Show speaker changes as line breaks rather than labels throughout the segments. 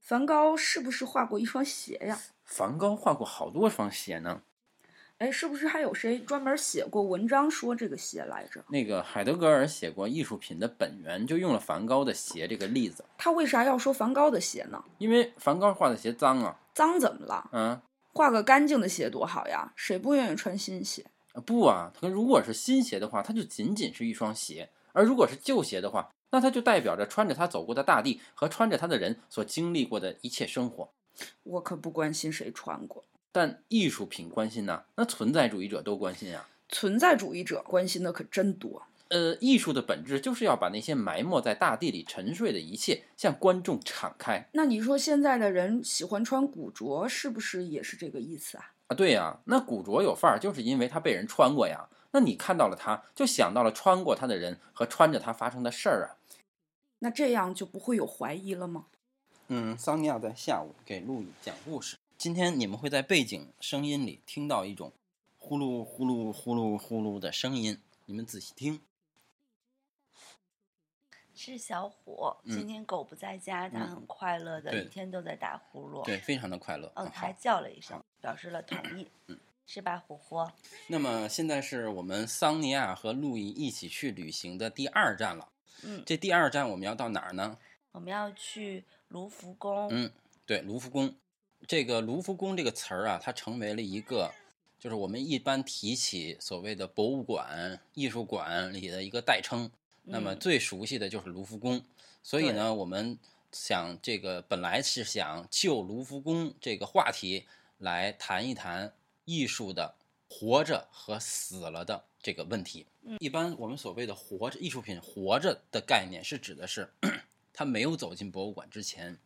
梵高是不是画过一双鞋呀？
梵高画过好多双鞋呢。
哎，是不是还有谁专门写过文章说这个鞋来着？
那个海德格尔写过《艺术品的本源》，就用了梵高的鞋这个例子，
他为啥要说梵高的鞋呢？
因为梵高画的鞋脏啊，
脏怎么了？
嗯，
画个干净的鞋多好呀，谁不愿意穿新鞋？
啊不啊，它如果是新鞋的话，它就仅仅是一双鞋；而如果是旧鞋的话，那它就代表着穿着它走过的大地和穿着它的人所经历过的一切生活。
我可不关心谁穿过。
但艺术品关心呐、那存在主义者都关心啊。
存在主义者关心的可真多。
呃，艺术的本质就是要把那些埋没在大地里沉睡的一切向观众敞开
那你说现在的人喜欢穿古着，是不是也是这个意思啊？
啊！对呀、那古着有范儿，就是因为它被人穿过呀。那你看到了它，就想到了穿过它的人和穿着它发生的事儿啊。
那这样就不会有怀疑了吗？
嗯，桑尼亚在下午给路易讲故事。今天你们会在背景声音里听到一种呼噜呼噜呼噜呼噜的声音，你们仔细听。
是小虎，今
嗯
天狗不在家，它
嗯
很快乐的，
对
一天都在打呼噜。
对，，非常的快乐。
嗯，
很
它还
好。嗯
叫了一声，表示了同意。是吧，虎虎？
那么现在是我们桑尼亚和路易一起去旅行的第二站了。
嗯，
这第二站我们要到哪儿呢？
我们要去卢浮宫。
嗯对，卢浮宫。这个卢浮宫这个词儿啊，它成为了一个，就是我们一般提起所谓的博物馆、艺术馆里的一个代称。那么
嗯
最熟悉的就是卢浮宫，所以
对
呢，我们想这个本来是想就卢浮宫这个话题来谈一谈艺术的活着和死了的这个问题。
嗯
一般我们所谓的活着艺术品活着的概念是指的是 它没有走进博物馆之前，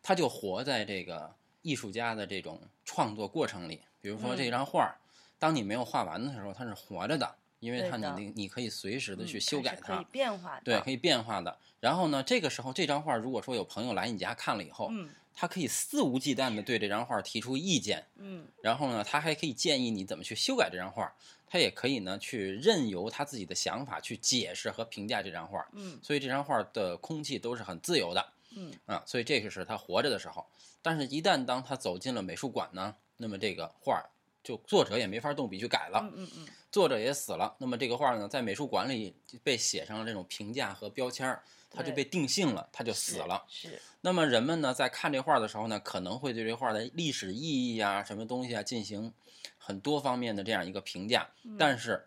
它就活在这个艺术家的这种创作过程里。比如说这
嗯
张画儿，当你没有画完的时候，它是活着的，因为
对
它你
的
你你可以随时的
嗯
去修改
是
它，
可以变化的。
对，可以变化的。然后呢，这个时候这张画如果说有朋友来你家看了以后，
嗯
他可以肆无忌惮的对这张画提出意见，
嗯，
然后呢，他还可以建议你怎么去修改这张画，他也可以呢去任由他自己的想法去解释和评价这张画。
嗯
所以这张画的空气都是很自由的。
嗯
啊，所以这个是他活着的时候。但是，一旦当他走进了美术馆呢，那么这个画儿就作者也没法动笔去改了。
嗯嗯嗯，
作者也死了，那么这个画呢，在美术馆里就被写上了这种评价和标签儿，它就
对
被定性了，它就死
是
了。
是，
那么人们呢，在看这画的时候呢，可能会对这画的历史意义啊、什么东西啊进行很多方面的这样一个评价，
嗯
但是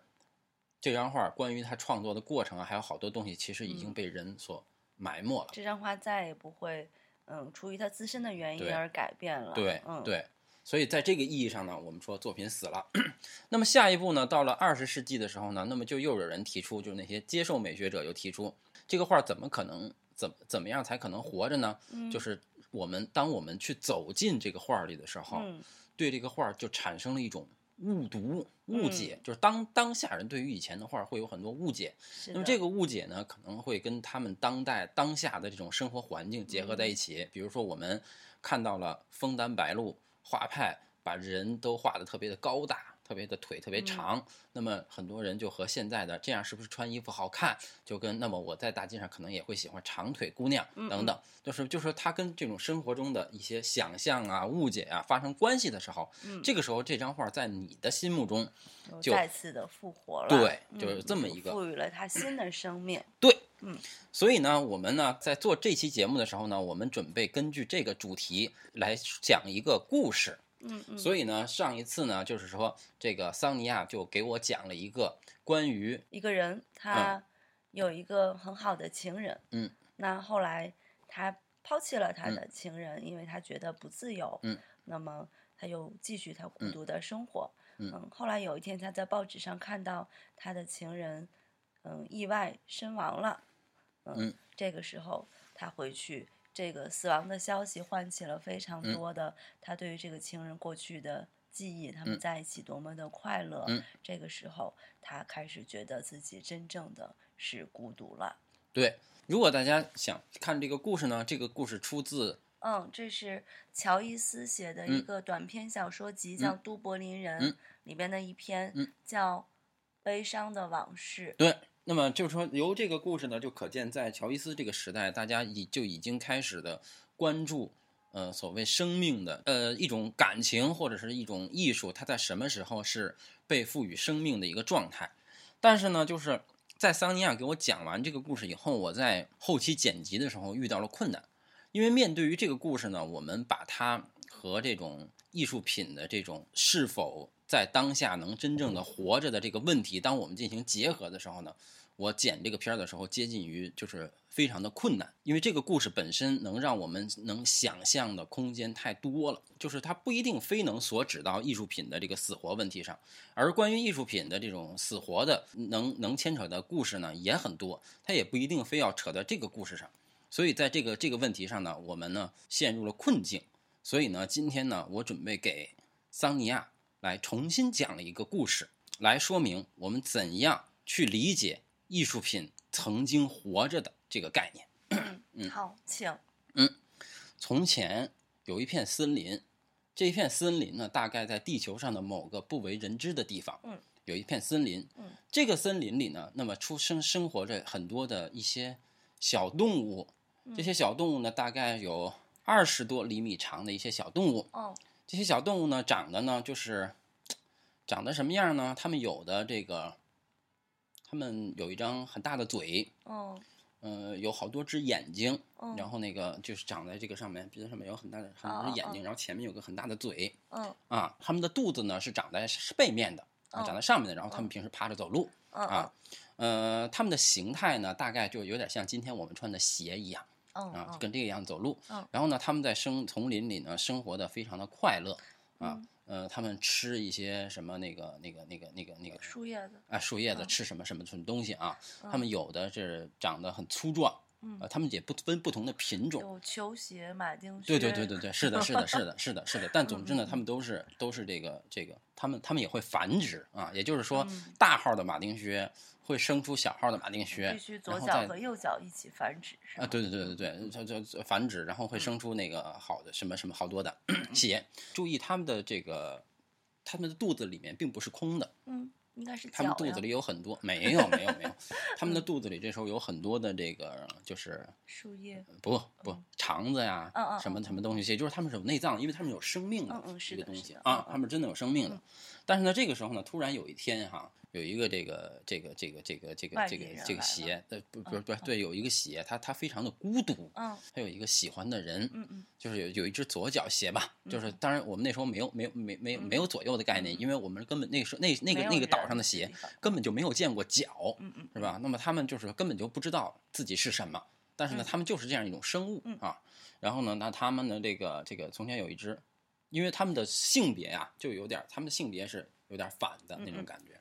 这张画关于他创作的过程啊，还有好多东西，其实已经
嗯
被人所埋没了。
这张画再也不会，嗯，出于它自身的原
对
因而改变了。
对，
嗯，
对。所以在这个意义上呢，我们说作品死了。 那么下一步呢，到了二十世纪的时候呢，那么就又有人提出，就是那些接受美学者又提出，这个画怎么可能怎么怎么样才可能活着呢？
嗯
就是我们当我们去走进这个画里的时候，
嗯
对这个画就产生了一种误读、误
嗯
解，就是当当下人对于以前的画会有很多误解。
是
那么嗯
的
这个误解呢，可能会跟他们当代当下的这种生活环境结
嗯
合在一起。比如说，我们看到了枫丹白露画派把人都画得特别的高大，特别的腿特别
嗯
长，那么很多人就和现在的这样是不是穿衣服好看，就跟那么我在大街上可能也会喜欢长腿姑娘
嗯
等等，就是就是他跟这种生活中的一些想象啊、误解啊发生关系的时候，
嗯
这个时候这张画在你的心目中
又
就
再次的复活了。
对就是
嗯
这么一个
赋予了它新的生命。
所以呢，我们呢在做这期节目的时候呢，我们准备根据这个主题来讲一个故事。
嗯嗯，
所以呢，上一次呢，就是说这个桑尼亚就给我讲了一个关于
一个人他有一个很好的情人，
嗯，
那后来他抛弃了他的情人，因为他觉得不自由，
嗯，
那么他又继续他孤
嗯
独的生活，
嗯
后来有一天他在报纸上看到他的情人，嗯，意外身亡了，
嗯
这个时候他回去。这个死亡的消息唤起了非常
嗯
多的他对于这个情人过去的记忆，他们
嗯
在一起多么的快乐。
嗯
这个时候，他开始觉得自己真正的是孤独了。
对，如果大家想看这个故事呢，这个故事出自
嗯，这是乔伊斯写的一
嗯
个短篇小说集，叫《都柏林人》
嗯
里边的一
嗯
篇叫《悲伤的往事》。
对。那么就是说，由这个故事呢，就可见在乔伊斯这个时代，大家已就已经开始的关注呃所谓生命的呃一种感情或者是一种艺术，它在什么时候是被赋予生命的一个状态。但是呢，就是在桑尼亚给我讲完这个故事以后，我在后期剪辑的时候遇到了困难，因为面对于这个故事呢，我们把它和这种艺术品的这种是否在当下能真正的活着的这个问题，当我们进行结合的时候呢，我剪这个片儿的时候接近于就是非常的困难，因为这个故事本身能让我们能想象的空间太多了，就是它不一定非能所指到艺术品的这个死活问题上，而关于艺术品的这种死活的能能牵扯的故事呢也很多，它也不一定非要扯到这个故事上，所以在这个这个问题上呢，我们呢陷入了困境，所以呢今天呢我准备给桑尼亚来重新讲了一个故事，来说明我们怎样去理解。艺术品曾经活着的这个概念。
嗯，好，请。
从前有一片森林，这一片森林呢，大概在地球上的某个不为人知的地方。
嗯，
有一片森林。
嗯，
这个森林里呢，那么出生生活着很多的一些小动物。
嗯
这些小动物呢，大概有二十多厘米长的一些小动物。
哦，
这些小动物呢，长得呢就是长得什么样呢？它们有的这个，它们有一张很大的嘴，
哦，
呃，有好多只眼睛，
嗯，
然后那个就是长在这个上面，鼻子上面有很大的很多
哦
只
哦
眼
哦
睛，然后前面有个很大的嘴
嗯
啊，它们的肚子呢是长在是背面的啊，
哦
长在上面的，然后它们
哦
平时趴着走路
嗯
啊，呃，它们的形态呢大概就有点像今天我们穿的鞋一样
嗯
啊，就
嗯
跟这个样子走路
嗯。
然后呢，它们在生丛林里呢生活的非常的快乐
嗯
啊，呃，它们吃一些什么那个那个那个那个那个
树叶子，
啊，树叶子
嗯
吃什么什么什么东西啊？它
嗯
们有的是长得很粗壮，
嗯
呃，它们也不分不同的品种。
有球鞋、马丁靴，
对对对对对，是的，是的，是的，是的，是 的。
嗯
但总之呢，它们都是都是这个这个，它们它们也会繁殖啊，也就是说
嗯，
大号的马丁靴会生出小号的马丁靴，
必须左
然后
脚
再
和右脚一起繁殖，是
啊，
吗？
对对对对对，
嗯
它就就繁殖，然后会生出那个好的什么什么好多的鞋。注意它们的这个，它们的肚子里面并不是空的，
嗯，应该是
他们
脚
肚
呀嗯
子里有很 多，没有没有没有，他们的肚子里这时候有很多的这个就是
树叶，
不不肠子呀
嗯嗯，
什么
嗯
什么东西，也就是他们是有内脏，因为他们有生命的
嗯嗯是
一个
的
东
是
西
的
啊
嗯，
他们真的有生命的
嗯。
但是呢，这个时候呢，突然有一天哈，有一个这个这个这个这个这个
外
这
地
个
人
这个
来
鞋，呃不不
嗯
不对，有一个鞋，他他非常的孤独，
嗯
他有一个喜欢的人，
嗯嗯
就是有有一只左脚鞋吧，就是
嗯
当然我们那时候没有没有没没有没
嗯
有左右的概念，
嗯
因为我们根本那个时候那那
没
个
有
那个岛
人
上的
去
鞋
地方
根本就没有见过脚，
嗯嗯，
是吧？那么他们就是根本就不知道自己是什么，但是呢，
嗯
他们就是这样一种生物
嗯
啊。然后呢，那他们的这个这个从前有一只，因为他们的性别啊，就有点儿他们的性别是有点儿反的那
嗯
种
嗯
感觉。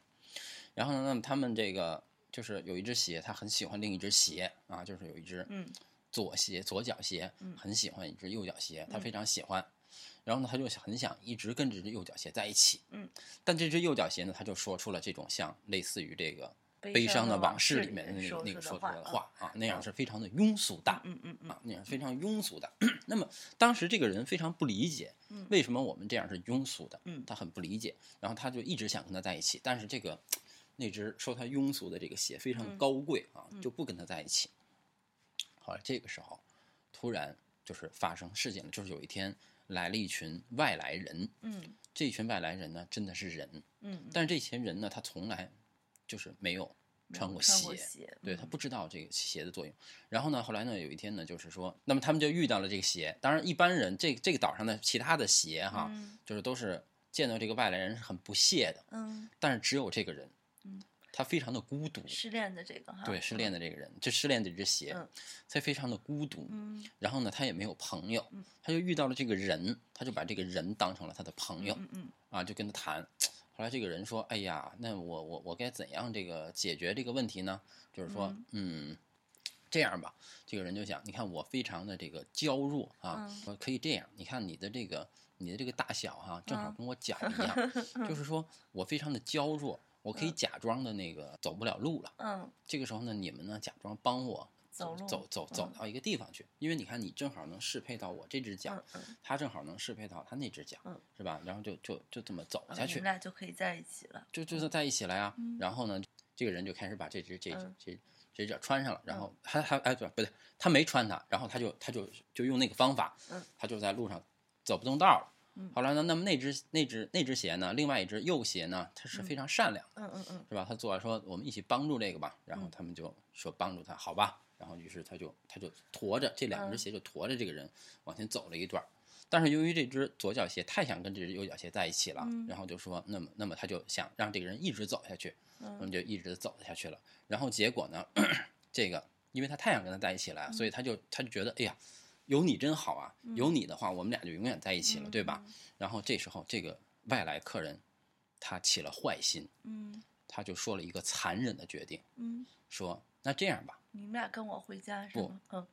然后呢，那么他们这个就是有一只鞋，他很喜欢另一只鞋啊，就是有一只
嗯
左鞋左脚鞋
嗯，
很喜欢一只右脚鞋，他
嗯
非常喜欢。然后呢，他就很想一直跟这只右脚鞋在一起。
嗯，
但这只右脚鞋呢，他就说出了这种像类似于这个
悲
悲伤的
的
往
事
事里面的那个那个说
出
出来
来
的，话啊，那样是非常的庸俗的
嗯嗯嗯
啊，那样是非常庸俗的。那么当时这个人非常不理解
嗯，
为什么我们这样是庸俗的，
嗯
他很不理解，然后他就一直想跟他在一起，但是这个那只说他庸俗的这个鞋非常
嗯
高贵啊，
嗯
就不跟他在一起。好了，这个时候突然就是发生事件了，就是有一天来了一群外来人，
嗯
这群外来人呢真的是人，
嗯，
但是这群人呢，他从来就是没有穿过鞋，
嗯鞋，
对他不知道这个鞋的作用。然后呢，后来呢，有一天呢，就是说，那么他们就遇到了这个鞋。当然，一般人这这个岛上的其他的鞋哈，
嗯
就是都是见到这个外来人是很不屑的，
嗯，
但是只有这个人，
嗯
他非常的孤独，
失恋的这个哈，
对失恋
的，
的这个人，这失恋的这只鞋，
嗯
他非常的孤独。
嗯
然后呢，他也没有朋友
嗯，
他就遇到了这个人，他就把这个人当成了他的朋友。
嗯嗯
啊，就跟他谈。后来这个人说：“哎呀，那我我我该怎样这个解决这个问题呢？就是说，嗯这样吧。”这个人就想：“你看我非常的这个娇弱啊，
嗯
我可以这样。你看你的这个你的这个大小哈、正好
嗯
跟我脚一 样，就是说我非常的娇弱，我可以
嗯
假装的那个走不了路了。
嗯，
这个时候呢，你们呢假装帮我
走路
走走走
嗯
到一个地方去，因为你看你正好能适配到我这只脚，
嗯嗯，
他正好能适配到他那只脚，
嗯
是吧？然后就就就这么走
嗯
下
你
去
们，俩就可以在一起了，
就就是在一起了呀。
嗯
然后呢，这个人就开始把这只这只
嗯
这谁知道穿上了，然后他他哎对不对，他没穿它，然后他就他就就用那个方法
嗯，
他就在路上走不动道了
嗯。
后来呢，那么那只那只那只鞋呢，另外一只右鞋呢，它是非常善良的，
嗯嗯嗯
是吧？他做了说我们一起帮助这个吧，然后
嗯
他们就说帮助他，好吧？然后于是他就他就驮着这两只
嗯
鞋就驮着这个人往前走了一段儿，但是由于这只左脚鞋太想跟这只右脚鞋在一起了，
嗯
然后就说那么那么他就想让这个人一直走下去，
嗯
我们就一直走下去了。然后结果呢， 这个因为他太想跟他在一起
嗯
了，所以他就他就觉得，哎呀，有你真好啊，有你的话，我们俩就永远在一
嗯
起了，对吧？然后这时候这个外来客人他起了坏心，
嗯
他就说了一个残忍的决定，
嗯，
说那这样吧，
你们俩跟我回家是
不
吗？嗯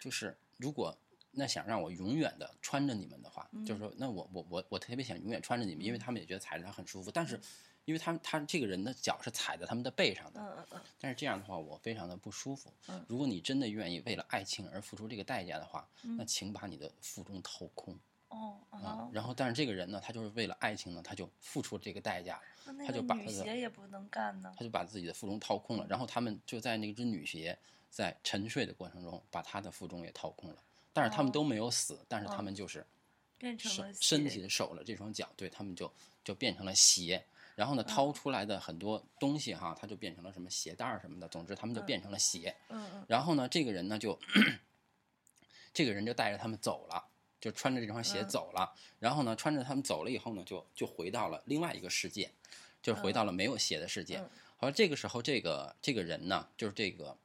就是如果。那想让我永远的穿着你们的话，
嗯
就是说，那我我我我特别想永远穿着你们，因为他们也觉得踩着他很舒服。但是，因为他们他这个人的脚是踩在他们的背上的，
嗯嗯嗯
但是这样的话，我非常的不舒服
嗯。
如果你真的愿意为了爱情而付出这个代价的话，那
嗯，
请把你的腹中掏空
哦
啊
啊。，
然后，但是这个人呢，他就是为了爱情呢，他就付出这个代价，
那那
他
个
就把
女
他的
鞋也不能干呢
他。就把自己的腹中掏空了。然后他们就在那只女鞋在沉睡的过程中，把他的腹中也掏空了。但是他们
哦
都没有死，但是他
嗯
们就是
变成
手
了
身
鞋
体手了这双脚，对他们就就变成了鞋。然
嗯
后呢，掏出来的很多东西哈，它就变成了什么鞋带儿什么的，总之他们就
嗯
变成了鞋。
嗯嗯
然后呢，这个人呢就，这个人就带着他们走了，就穿着这双鞋
嗯
走了。然后呢，穿着他们走了以后呢，就就回到了另外一个世界，就是回到了没有鞋的世界。
嗯
好，这个时候这个这个人呢，就是这个。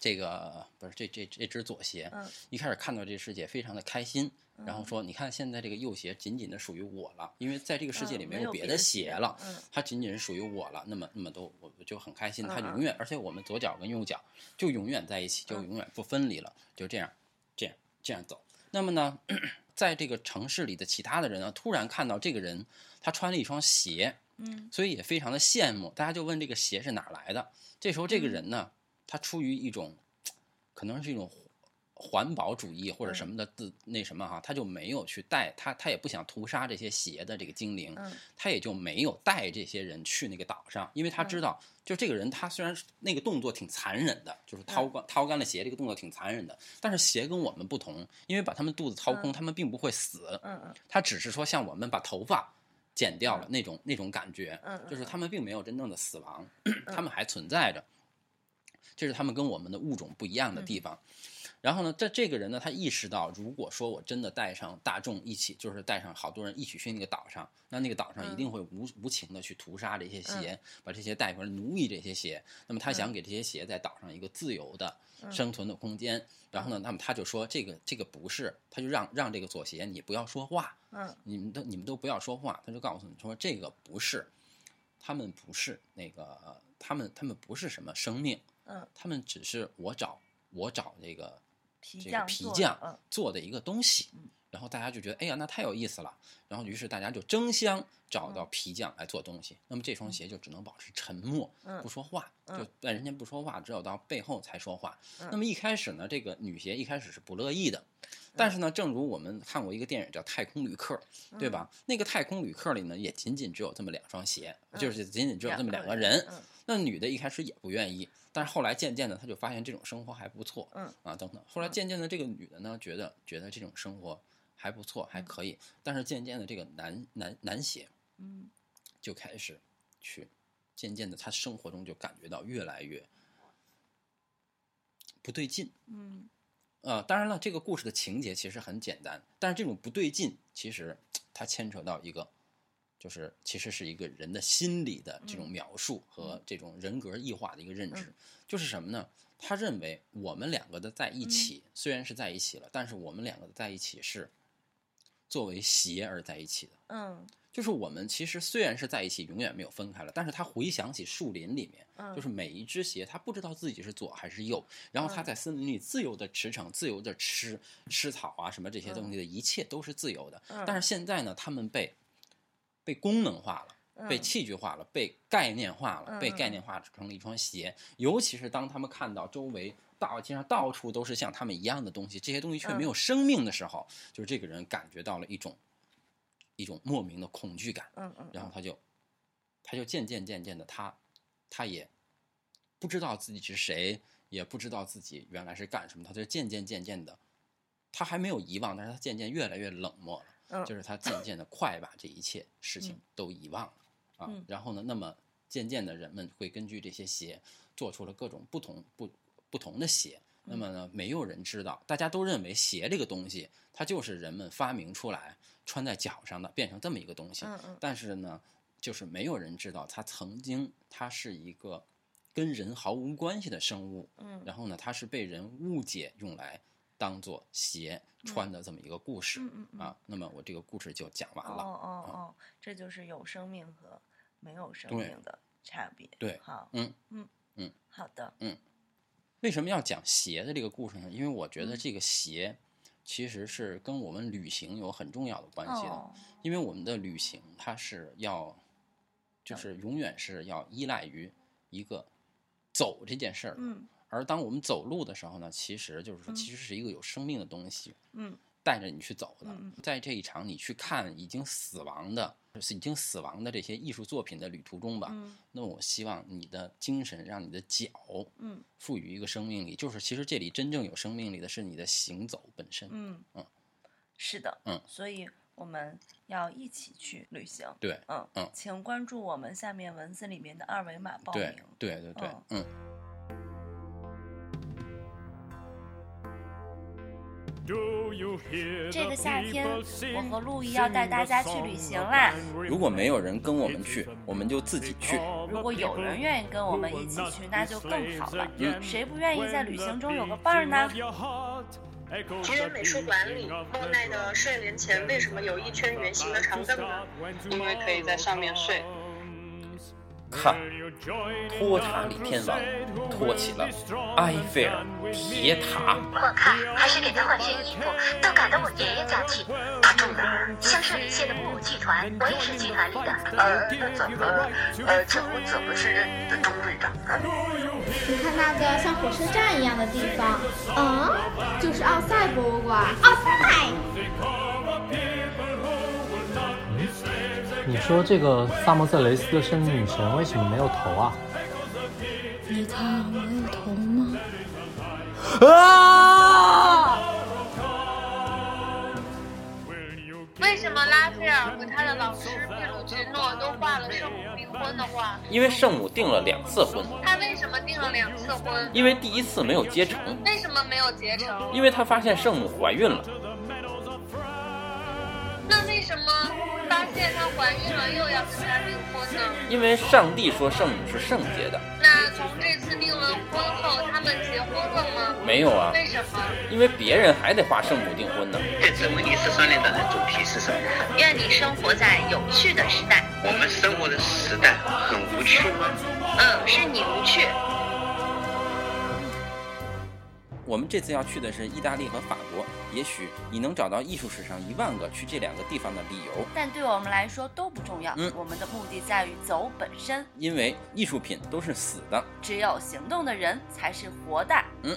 这个不是这这这只左鞋，
嗯
一开始看到这世界非常的开心，
嗯，
然后说你看现在这个右鞋仅仅的属于我了，因为在这个世界
嗯
里
没
有
有
别
别
的
的
鞋
鞋
了，
嗯
它仅仅是属于我了，那么那么都我就很开心，它
嗯嗯
永远，而且我们左脚跟右脚就永远在一起，就
嗯
永远不分离了，就这样，这样这样走。那么呢， 在这个城市里的其他的人呢，突然看到这个人他穿了一双鞋，
嗯
所以也非常的羡慕，大家就问这个鞋是哪儿来的。这时候这
嗯
个人呢，他出于一种可能是一种环保主义或者
嗯
什么的自那什么哈，他就没有去带他，他也不想屠杀这些鞋的这个精灵，
嗯
他也就没有带这些人去那个岛上，因为他
嗯
知道，就这个人他虽然是那个动作挺残忍的，就是掏
嗯
干掏干了鞋这个动作挺残忍的，但是鞋跟我们不同，因为把他们肚子掏空，
嗯
他们并不会死，
嗯嗯
他只是说像我们把头发剪掉了那种那种感觉，
嗯，
就是
嗯
他们并没有真正的死亡，他们还存在着，这是他们跟我们的物种不一样的
嗯
地方。然后呢，在这个人呢，他意识到，如果说我真的带上大众一起，就是带上好多人一起去那个岛上，那那个岛上一
嗯
定会无、无情的去屠杀这些鞋，把这些带回来，奴役这些鞋。那么他想给这些鞋在岛上一个自由的
嗯
生存的空间。然后呢，那么他就说，这个这个不是，他就让让这个左鞋你不要说话，
嗯
你们都你们都不要说话，他就告诉你说这个不是，他们不是那个，呃他们他们不是什么生命，
嗯
他们只是我找我找这个
皮
这个
匠
皮
做的
匠
嗯
做的一个东西
嗯，
然后大家就觉得哎呀那太有意思了，然后于是大家就争相找
嗯
到皮匠来做东西，那么这双鞋就只能保持沉默，
嗯
不说话，就
嗯
在人家不说话，只有到背后才说话。
嗯
那么一开始呢，这个女鞋一开始是不乐意的，但是呢，正如我们看过一个电影叫《太空旅客》，
嗯
对吧？那个《太空旅客》里呢，也仅仅只有这么两双鞋，就是仅仅只有这嗯么两个人。
嗯
那女的一开始也不愿意，但是后来渐渐的，她就发现这种生活还不错，
嗯
啊等等。后来渐渐的，这个女的呢，觉得觉得这种生活还不错，还可以。但是渐渐的，这个男男男鞋
嗯
就开始去，渐渐的，他生活中就感觉到越来越不对劲。
嗯
呃，当然了，这个故事的情节其实很简单，但是这种不对劲，其实它牵扯到一个，就是其实是一个人的心理的这种
嗯
描述和这种人格异化的一个认知，
嗯
就是什么呢？他认为我们两个的在一起，
嗯
虽然是在一起了，但是我们两个的在一起是作为鞋而在一起的。
嗯
就是我们其实虽然是在一起，永远没有分开了，但是他回想起树林里面，
嗯，
就是每一只鞋，它不知道自己是左还是右，然后它
嗯
在森林里自由的驰骋，自由的吃吃草啊，什么这些
嗯
东西的，一切都是自由的。但是现在呢，他们被被功能化了。
是
被器具化了，被概念化了，
嗯
被概念化成了一双鞋。尤其是当他们看到周围大街上到处都是像他们一样的东西，这些东西却
嗯
没有生命的时候，就是这个人感觉到了一种一种莫名的恐惧感。
嗯嗯，
然后他就，他就渐渐渐渐的，他他也不知道自己是谁，也不知道自己原来是干什么，他就渐渐渐渐的，他还没有遗忘，但是他渐渐越来越冷漠了。
嗯
就是他渐渐的快把这一切事情都遗忘了、
嗯
啊。然后呢，那么渐渐的人们会根据这些鞋做出了各种不同不不同的鞋。
嗯
那么呢，没有人知道，大家都认为鞋这个东西，它就是人们发明出来穿在脚上的，变成这么一个东西。
嗯嗯
但是呢，就是没有人知道它曾经它是一个跟人毫无关系的生物，
嗯
然后呢，它是被人误解用来当做鞋穿的这么一个故事。
嗯嗯嗯
啊，那么我这个故事就讲完
哦
了。
哦
嗯
哦，这就是有生命和没有生
对
命的差别。
对
好，
嗯
嗯
嗯，
好的，
为什么要讲鞋的这个故事呢？因为我觉得
嗯
这个鞋其实是跟我们旅行有很重要的关系的，
哦，
因为我们的旅行它是要，就是永远是要依赖于一个走这件事儿的。
嗯
而当我们走路的时候呢，其实就是说，
嗯
其实是一个有生命的东西，
嗯
带着你去走的
嗯嗯。
在这一场你去看已经死亡的、就是已经死亡的这些艺术作品的旅途中吧，
嗯
那我希望你的精神让你的脚
嗯
赋予一个生命力，就是其实这里真正有生命力的是你的行走本身。
嗯
嗯，
是的，
嗯
所以我们要一起去旅行。
对，
嗯
嗯
请关注我们下面文字里面的二维码报
对
名。，
对，对，对
嗯，
嗯。
这
这
个
个
夏
夏
天
天，
我
我
和和陆陆毅毅要要带带
大
大家
家去
去
旅
旅
行
行
啦
啦。。
如果没有人跟我们去，我们就自己去。
如
如
果
果
有
有
人
人
愿
愿
意
意
跟
跟
我
我
们
们
一
一
起
起
去
去，
那
那
就
就
更
更
好
好
了
了。
嗯
谁不愿意在旅行中有个伴儿呢？
情人美术馆里，莫奈的睡莲前为什么有一圈圆形的长凳呢？因为可以在上面睡。
看，托塔李天王托起了埃菲尔铁塔。
我看还是给他换身衣服，都搞得我爷爷家去。他住的香舍里县的木偶剧团，我也是剧团里的。呃，怎么呃，这我怎么是中队长呢？
你看那个像火车站一样的地方，嗯，就是奥赛博物馆。奥赛。
你说这个萨默瑟雷斯的圣女神为什么没有头啊？
你看我有头吗？
为什么拉斐尔和他的老师皮鲁奇诺都画了圣母离婚的画？
因为圣母订了两次婚，
他为什么订了两次婚？
因为第一次没有结成，
为什么没有结成？
因为他发现圣母怀孕了。
那为什么发现她怀孕了又要跟他订婚呢？
因为上帝说圣母是圣洁的，
那从这次订了婚后，他们结婚了吗？
没有啊
为什么？
因为别人还得画圣母订婚呢。
这次威尼斯双年展的主题是什么？愿你生活在有趣的时代。我们生活的时代很无趣吗？嗯，是你无趣。
我们这次要去的是意大利和法国，也许你能找到艺术史上一万个去这两个地方的理由，
但对我们来说都不重要，
嗯
我们的目的在于走本身。
因为艺术品都是死的。
只有行动的人才是活的。
嗯，